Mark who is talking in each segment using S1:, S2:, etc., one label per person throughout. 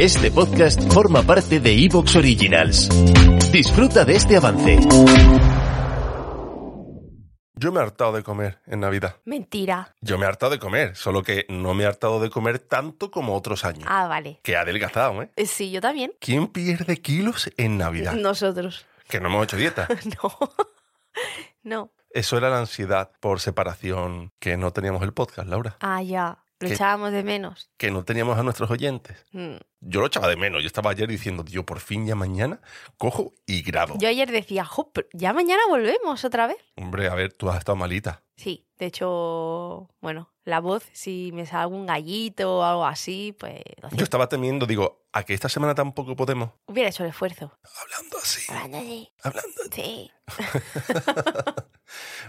S1: Este podcast forma parte de Evox Originals. Disfruta de este avance.
S2: Yo me he hartado de comer en Navidad.
S3: Mentira.
S2: Yo me he hartado de comer, solo que no me he hartado de comer tanto como otros años.
S3: Ah, vale.
S2: Que he adelgazado, ¿eh?
S3: Eh, Sí, yo también.
S2: ¿Quién pierde kilos en Navidad?
S3: Nosotros.
S2: Que no hemos hecho dieta.
S3: No. No.
S2: Eso era la ansiedad por separación, que no teníamos el podcast, Laura.
S3: Ah, ya. Lo
S2: ¿Qué?
S3: echábamos de menos.
S2: Que no teníamos a nuestros oyentes.
S3: Mm.
S2: Yo lo echaba de menos. Yo estaba ayer diciendo, tío, por fin ya mañana cojo y grabo.
S3: Yo ayer decía, "Jo, pero ya mañana volvemos otra vez.
S2: Hombre, a ver, tú has estado malita.
S3: Sí, de hecho, bueno, la voz, si me sale algún gallito o algo así, pues lo
S2: Yo
S3: siento.
S2: estaba temiendo, digo, ¿a que esta semana tampoco podemos?
S3: hubiera hecho el esfuerzo.
S2: Hablando así,
S3: Sí,
S2: hablando.
S3: sí.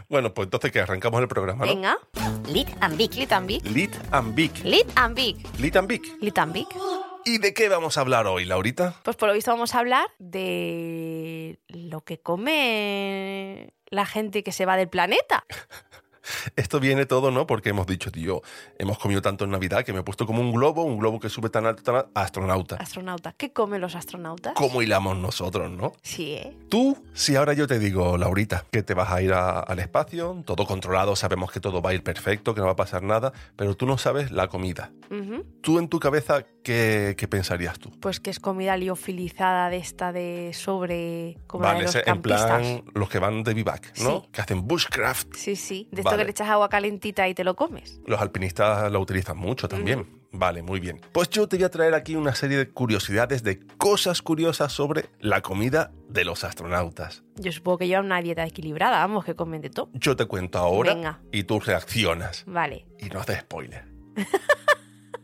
S2: Bueno, pues entonces que arrancamos el programa, ¿no?
S3: Venga.
S4: Lit and Big.
S3: Lit and Big.
S2: Lit and Big.
S3: Lit and Big.
S2: Lit and Big.
S3: Lit and Big.
S2: ¿Y de qué vamos a hablar hoy, Laurita?
S3: Pues por lo visto vamos a hablar de lo que come la gente que se va del planeta.
S2: Esto viene todo, ¿no? Porque hemos dicho, tío, hemos comido tanto en Navidad que me he puesto como un globo, un globo que sube tan alto, tan alto, astronauta.
S3: Astronautas. ¿Qué comen los astronautas?
S2: ¿Cómo hilamos nosotros, no?
S3: Sí, ¿eh?
S2: Tú, si ahora yo te digo, Laurita, que te vas a ir a- al espacio, todo controlado, sabemos que todo va a ir perfecto, que no va a pasar nada, pero tú no sabes la comida.
S3: Ujú.
S2: ¿Tú en tu cabeza qué, qué pensarías tú?
S3: Pues que es comida liofilizada de esta de sobre como la de los
S2: ese- en
S3: campistas.
S2: plan los que van de vivac, ¿no?
S3: Sí.
S2: Que hacen bushcraft.
S3: Sí, sí. De esto
S2: Vale.
S3: que le echas agua calentita y te lo comes.
S2: Los alpinistas lo utilizan mucho también. Vale, muy bien. Pues yo te voy a traer aquí una serie de curiosidades, de cosas curiosas sobre la comida de los astronautas.
S3: Yo supongo que llevan una dieta equilibrada, vamos, que comen de todo.
S2: Yo te cuento ahora
S3: Venga.
S2: y tú reaccionas.
S3: Vale.
S2: Y no haces spoiler.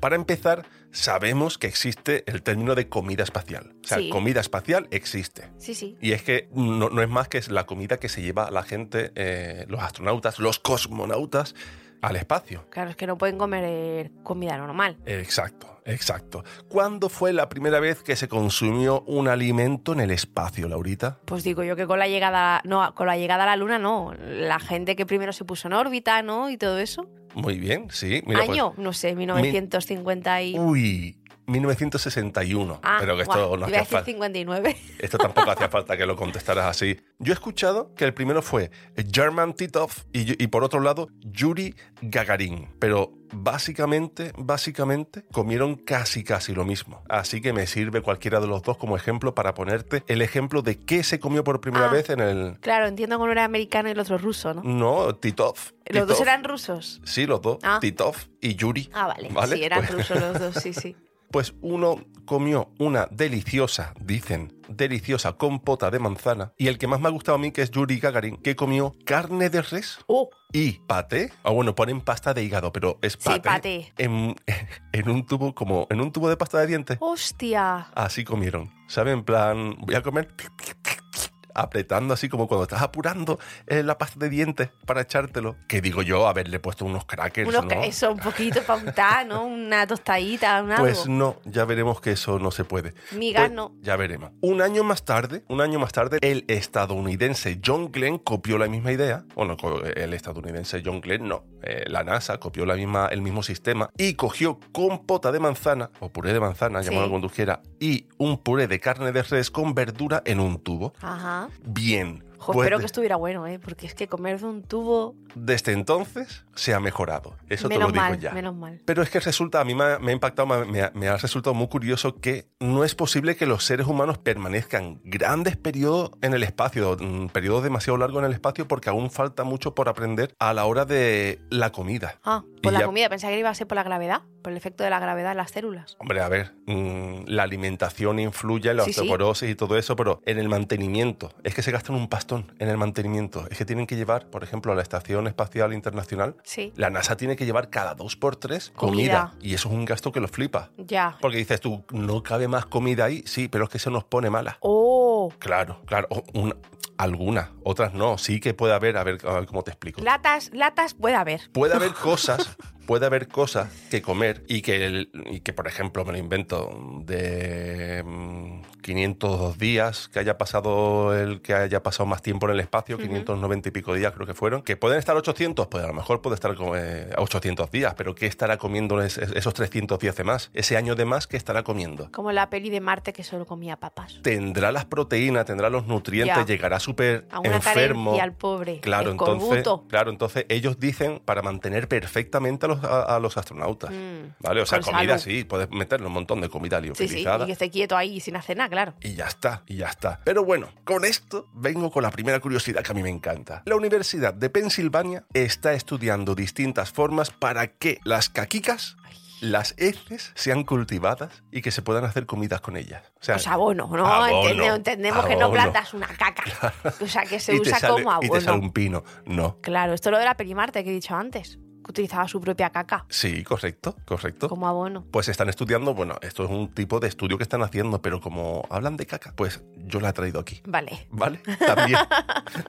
S2: Para empezar, sabemos que existe el término de comida espacial. O sea,
S3: Sí.
S2: comida espacial existe.
S3: Sí, sí.
S2: Y es que no, no es más que es la comida que se lleva la gente, eh, los astronautas, los cosmonautas, al espacio.
S3: Claro, es que no pueden comer eh, comida normal.
S2: Exacto, exacto. ¿Cuándo fue la primera vez que se consumió un alimento en el espacio, Laurita?
S3: Pues digo yo que con la llegada, no, con la llegada a la luna no. La gente que primero se puso en órbita, ¿no? Y todo eso.
S2: Muy bien, sí. Mira, pues-
S3: Año, no sé, 1950 y...
S2: uy, 1961.
S3: Ah,
S2: Pero que esto no
S3: guau, iba a
S2: hacía
S3: decir
S2: falta.
S3: 59.
S2: Esto tampoco hacía falta que lo contestaras así. Yo he escuchado que el primero fue German Titov y, y por otro lado Yuri Gagarin. Pero básicamente, básicamente comieron casi casi lo mismo. Así que me sirve cualquiera de los dos como ejemplo para ponerte el ejemplo de qué se comió por primera
S3: Ah.
S2: vez en el,
S3: Claro, entiendo que uno era americano y el otro ruso, ¿no?
S2: No, Titov.
S3: Los dos
S2: Titov.
S3: eran rusos.
S2: Sí, los dos.
S3: Ah.
S2: Titov y Yuri.
S3: Ah, vale.
S2: ¿Vale?
S3: Sí, eran
S2: Pues-
S3: rusos los dos, sí, sí.
S2: Pues uno comió una deliciosa, dicen, deliciosa compota de manzana. Y el que más me ha gustado a mí, que es Yuri Gagarin, que comió carne de res
S3: ¡Oh!
S2: y paté. Ah, bueno, ponen pasta de hígado, pero es
S3: Sí,
S2: paté.
S3: paté.
S2: En, en un tubo, como en un tubo de pasta de dientes.
S3: ¡Hostia!
S2: Así comieron. ¿Saben? En plan, voy a comer apretando así como cuando estás apurando eh, la pasta de dientes para echártelo. Que digo yo, haberle puesto unos crackers,
S3: Unos
S2: ¿no?
S3: que eso, un poquito pa' untar, ¿no? Una tostadita, un algo.
S2: Pues no, ya veremos que eso no se puede.
S3: Migas
S2: Pues
S3: no.
S2: Ya veremos. Un año más tarde, un año más tarde, el estadounidense John Glenn copió la misma idea. Bueno, co- el estadounidense John Glenn no. Eh, la NASA copió la misma, el mismo sistema y cogió compota de manzana, o puré de manzana,
S3: Sí.
S2: llamarlo como tú quieras, y un puré de carne de res con verdura en un tubo.
S3: Ajá.
S2: Bien.
S3: Jo,
S2: Pues
S3: espero
S2: de-
S3: que estuviera bueno, ¿eh? Porque es que comer de un tubo...
S2: Desde entonces se ha mejorado. Eso te
S3: menos
S2: lo digo
S3: mal,
S2: ya.
S3: menos mal.
S2: Pero es que resulta, a mí me ha, me ha impactado, me, ha- me ha resultado muy curioso que no es posible que los seres humanos permanezcan grandes periodos en el espacio, mm, periodos demasiado largos en el espacio, porque aún falta mucho por aprender a la hora de la comida.
S3: Ah,
S2: Y
S3: por la
S2: ya-
S3: comida. Pensaba que iba a ser por la gravedad, por el efecto de la gravedad en las células.
S2: Hombre, a ver, mm, la alimentación influye, la
S3: Sí, sí.
S2: osteoporosis y todo eso, pero en el mantenimiento, es que se gastan un pastón en el mantenimiento. Es que tienen que llevar, por ejemplo, a la Estación Espacial Internacional,
S3: Sí.
S2: la NASA tiene que llevar cada dos por tres
S3: Comida.
S2: comida. Y eso es un gasto que lo flipa.
S3: Ya.
S2: Porque dices tú, no cabe más comida ahí, sí, pero es que eso nos pone mala.
S3: ¡Oh!
S2: Claro, claro, o una- algunas, otras no, sí que puede haber, a ver, a ver cómo te explico.
S3: Latas, latas puede haber.
S2: Puede haber cosas, puede haber cosas que comer y que, el- y que, por ejemplo, me lo invento de mm, 502 días que haya pasado el que haya pasado más tiempo en el espacio, 590 y pico días creo que fueron, que pueden estar 800, pues a lo mejor puede estar como, eh, a 800 días, pero ¿qué estará comiendo es- es- esos 300 días de más? Ese año de más, ¿qué estará comiendo?
S3: Como la peli de Marte que solo comía papas.
S2: Tendrá las proteínas, tendrá los nutrientes,
S3: Ya.
S2: llegará súper
S3: A una
S2: enfermo.
S3: carencia al pobre.
S2: Claro, entonces,
S3: escorbuto.
S2: claro, entonces ellos dicen para mantener perfectamente a los, a- a los astronautas.
S3: Mm.
S2: ¿Vale? O sea,
S3: Con
S2: comida
S3: salud.
S2: sí, puedes meterle un montón de comida
S3: Sí, sí,
S2: liofilizada.
S3: y que esté quieto ahí sin hacer nada, claro.
S2: Y ya está, y ya está. Pero bueno, con esto vengo con la primera curiosidad que a mí me encanta. La Universidad de Pensilvania está estudiando distintas formas para que las caquicas, las heces, sean cultivadas y que se puedan hacer comidas con ellas. O sea,
S3: O sea, abono, ¿no?
S2: Abono,
S3: Entende- entendemos que no
S2: abono.
S3: plantas una caca. O sea, que se
S2: y te
S3: usa
S2: sale-
S3: como
S2: Y te sale
S3: abono.
S2: un pino. No.
S3: Claro, esto es lo de la pelimarte que he dicho antes, que utilizaba su propia caca
S2: Sí, correcto, correcto.
S3: como abono.
S2: Pues están estudiando, bueno, esto es un tipo de estudio que están haciendo, pero como hablan de caca, pues yo la he traído aquí.
S3: Vale.
S2: ¿Vale? También,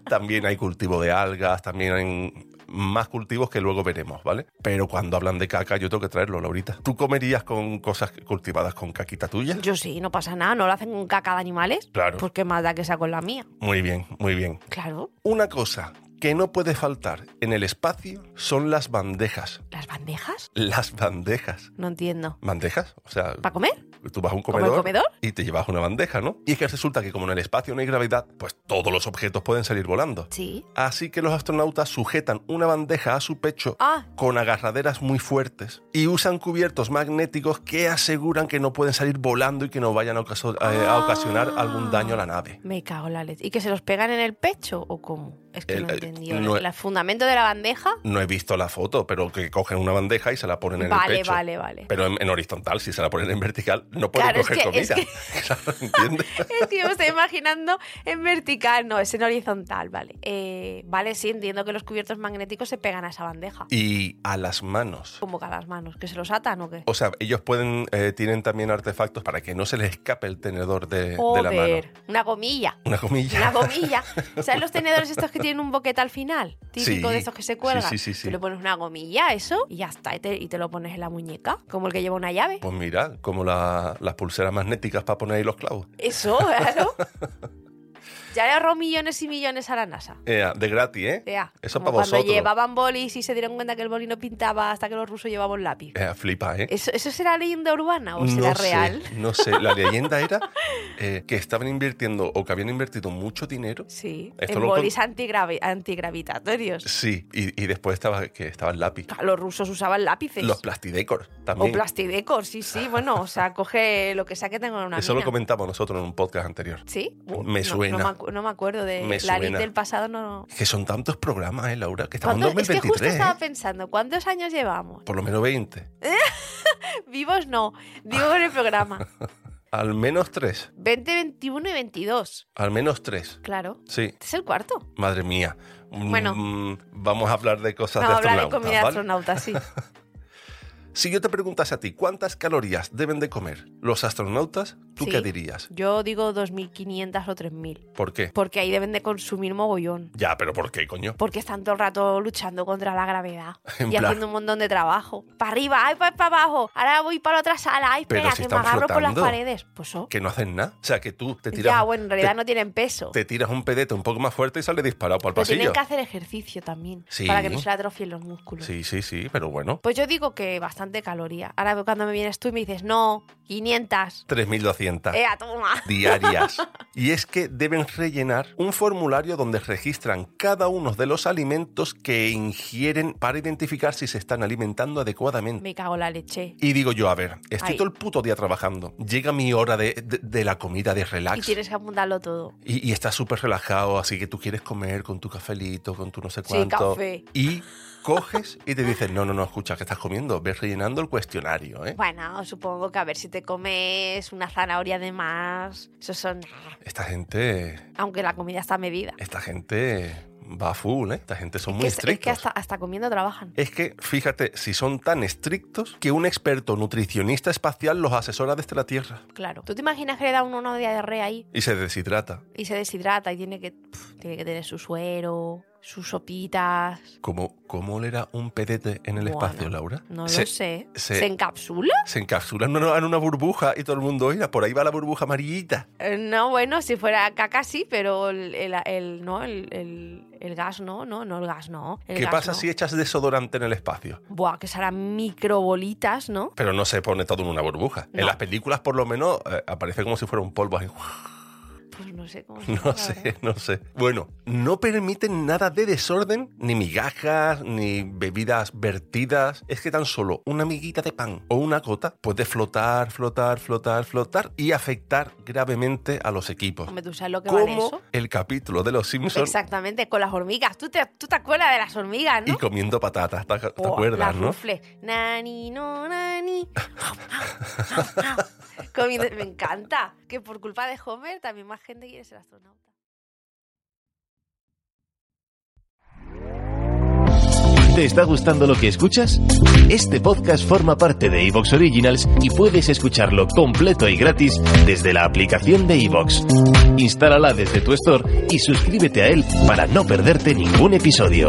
S2: también hay cultivo de algas, también hay más cultivos que luego veremos, ¿vale? Pero cuando hablan de caca, yo tengo que traerlo, Laurita. ¿Tú comerías con cosas cultivadas con caquita tuya?
S3: Yo sí, no pasa nada, no lo hacen con caca de animales.
S2: Claro.
S3: Pues qué más da que sea con la mía.
S2: Muy bien, muy bien.
S3: Claro,
S2: Una cosa que no puede faltar en el espacio son las bandejas.
S3: las bandejas,
S2: Las bandejas.
S3: no entiendo.
S2: ¿Bandejas? O sea,
S3: ¿Para comer?
S2: Tú vas a un
S3: ¿Como el
S2: comedor,
S3: comedor?
S2: y te llevas una bandeja, ¿no? Y es que resulta que como en el espacio no hay gravedad, pues todos los objetos pueden salir volando.
S3: Sí.
S2: Así que los astronautas sujetan una bandeja a su pecho
S3: Ah,
S2: con agarraderas muy fuertes y usan cubiertos magnéticos que aseguran que no pueden salir volando y que no vayan a, ocaso- eh, a- a ocasionar
S3: Ah.
S2: algún daño a la nave.
S3: me cago en la leche. ¿Y que se los pegan en el pecho o cómo? Es que
S2: El-
S3: no
S2: el-
S3: entendí.
S2: no-
S3: ¿El fundamento de la bandeja?
S2: No he visto la foto, pero que cogen una bandeja y se la ponen en
S3: Vale,
S2: el pecho.
S3: vale, vale.
S2: Pero en, en horizontal, si se la ponen en vertical, no pueden
S3: Claro, es
S2: coger
S3: que- es
S2: comida. Claro, ¿entiendes?
S3: Es que yo me estoy imaginando en vertical, no, es en horizontal, vale. Eh, vale, sí, entiendo que los cubiertos magnéticos se pegan a esa bandeja.
S2: Y a las manos.
S3: Como que a las manos, que se los atan o qué.
S2: O sea, ellos pueden, eh, tienen también artefactos para que no se les escape el tenedor de, de la mano.
S3: Joder, una gomilla.
S2: Una comilla.
S3: Una gomilla. ¿Sabes los tenedores estos que tienen un boquete al final? Típico
S2: Sí,
S3: de estos que se cuelgan.
S2: sí, sí, sí, sí.
S3: Tú le pones una gomilla a eso y ya está. Y te, y te lo pones en la muñeca, como el que lleva una llave.
S2: Pues mira, como la- las pulseras magnéticas para poner ahí los clavos.
S3: Eso, claro. ya le ahorró millones y millones a la NASA.
S2: Eh, de gratis, ¿eh?
S3: Ea,
S2: Eso
S3: como
S2: para
S3: cuando
S2: vosotros.
S3: llevaban bolis y se dieron cuenta que el boli no pintaba hasta que los rusos llevaban lápiz.
S2: Eh, flipa, ¿eh?
S3: ¿Eso, ¿Eso será leyenda urbana o será
S2: sé,
S3: real?
S2: no sé. La leyenda era eh, que estaban invirtiendo o que habían invertido mucho dinero.
S3: Sí,
S2: Esto
S3: en
S2: lo con-
S3: bolis antigravi- antigravitatorios.
S2: Sí, y, y después estaba, que estaba el lápiz.
S3: Claro, Los rusos usaban lápices.
S2: Los plastidecor
S3: o
S2: también.
S3: plastidecor, sí, sí. Bueno, o sea, coge lo que sea que tenga en una
S2: Eso lo
S3: mina.
S2: comentamos nosotros en un podcast anterior.
S3: ¿Sí? uh,
S2: Me
S3: No- no
S2: suena.
S3: me acu- No, me acuerdo de
S2: Me
S3: la nit
S2: suena.
S3: del pasado. no
S2: Que son tantos programas, ¿eh, Laura? Que estamos en
S3: ¿Cuántos- Es que
S2: 2023.
S3: justo
S2: ¿eh?
S3: estaba pensando, ¿cuántos años llevamos?
S2: Por lo menos 20.
S3: Vivos no, digo en el programa.
S2: Al menos 3.
S3: 20, 21 y 22,
S2: Al menos 3.
S3: claro.
S2: Sí.
S3: Este es el cuarto.
S2: Madre mía. Mm,
S3: Bueno.
S2: Vamos a hablar de cosas
S3: Vamos
S2: de
S3: a hablar
S2: astronautas.
S3: de comida de
S2: ¿vale?
S3: astronauta, sí.
S2: Si yo te preguntase a ti cuántas calorías deben de comer los astronautas, ¿tú
S3: Sí.
S2: qué dirías?
S3: Yo digo 2.500 o 3.000,
S2: ¿Por qué?
S3: porque ahí deben de consumir mogollón.
S2: Ya, pero ¿por qué, coño?
S3: Porque están todo el rato luchando contra la gravedad
S2: En
S3: y
S2: plan-
S3: haciendo un montón de trabajo. Para arriba, ay, para, abajo, ahora voy para la otra sala, ay,
S2: Pero si
S3: espera, que me
S2: están
S3: agarro por las
S2: flotando.
S3: paredes. Pues oh.
S2: Que no hacen nada. O sea, que tú te tiras,
S3: Ya, bueno, en realidad
S2: te,
S3: no tienen peso.
S2: te tiras un pedete un poco más fuerte y sale disparado para el
S3: Pero
S2: pasillo.
S3: tienen que hacer ejercicio también,
S2: Sí.
S3: para que no se le atrofien los músculos.
S2: Sí, sí, sí, pero bueno.
S3: Pues yo digo que bastante caloría. Ahora cuando me vienes tú y me dices, no, 500.
S2: 3.200.
S3: ¡Ea, toma!
S2: diarias. Y es que deben rellenar un formulario donde registran cada uno de los alimentos que ingieren para identificar si se están alimentando adecuadamente.
S3: Me cago en la leche.
S2: Y digo yo, a ver, estoy
S3: Ay.
S2: todo el puto día trabajando. Llega mi hora de, de- de la comida de
S3: Y
S2: relax. Y,
S3: tienes que apuntarlo todo.
S2: y estás súper relajado, así que tú quieres comer con tu cafelito, con tu no sé
S3: Sí,
S2: cuánto.
S3: café.
S2: Y coges y te dicen, no, no, no, escucha, ¿qué estás comiendo? Ves rellenando el cuestionario, ¿eh?
S3: Bueno, supongo que a ver si te comes una zanahoria de más. Eso son.
S2: Esta gente
S3: Aunque la comida está medida.
S2: Esta gente va a full, ¿eh? Esta gente son
S3: Es
S2: muy
S3: que, es- es
S2: estrictos.
S3: que hasta, hasta comiendo trabajan.
S2: Es que, fíjate, si son tan estrictos que un experto nutricionista espacial los asesora desde la Tierra
S3: Claro. ¿Tú te imaginas que le da uno una diarrea ahí
S2: y se deshidrata.
S3: y se deshidrata y tiene que, pf, tiene que tener su suero? sus sopitas.
S2: ¿Cómo, cómo olerá un pedete en el
S3: Bueno,
S2: espacio, Laura?
S3: No
S2: se,
S3: lo sé.
S2: se-
S3: Se... encapsula?
S2: se encapsula en una, en una burbuja y todo el mundo, oiga, por ahí va la burbuja amarillita.
S3: Eh, No, bueno, si fuera caca sí, pero el, el, el- no, el, el- el gas no, no, no el gas no. el
S2: ¿Qué
S3: gas
S2: pasa
S3: no.
S2: si echas desodorante en el espacio?
S3: Buah, que serán microbolitas, ¿no?
S2: Pero no se pone todo en una burbuja. En
S3: No.
S2: las películas, por lo menos, eh, aparece como si fuera un polvo. así.
S3: Pues no sé cómo. se llama,
S2: No
S3: la
S2: sé,
S3: verdad.
S2: no sé. Bueno, no permiten nada de desorden, ni migajas, ni bebidas vertidas. Es que tan solo una miguita de pan o una cota puede flotar, flotar, flotar, flotar y afectar gravemente a los equipos.
S3: Hombre, ¿tú sabes lo que vale
S2: Como
S3: eso?
S2: el capítulo de Los Simpsons
S3: Exactamente, con las hormigas. ¿Tú te, tú te acuerdas de las hormigas,
S2: y
S3: no? Oh,
S2: comiendo patatas, ¿te, te
S3: Buah,
S2: acuerdas,
S3: las
S2: no?
S3: rufles. Nani, no, nani. Comiendo- Me encanta. Que por culpa de Homer también más gente quiere ser astronauta.
S1: ¿Te está gustando lo que escuchas? Este podcast forma parte de Evox Originals y puedes escucharlo completo y gratis desde la aplicación de Evox. Instálala desde tu store y suscríbete a él para no perderte ningún episodio.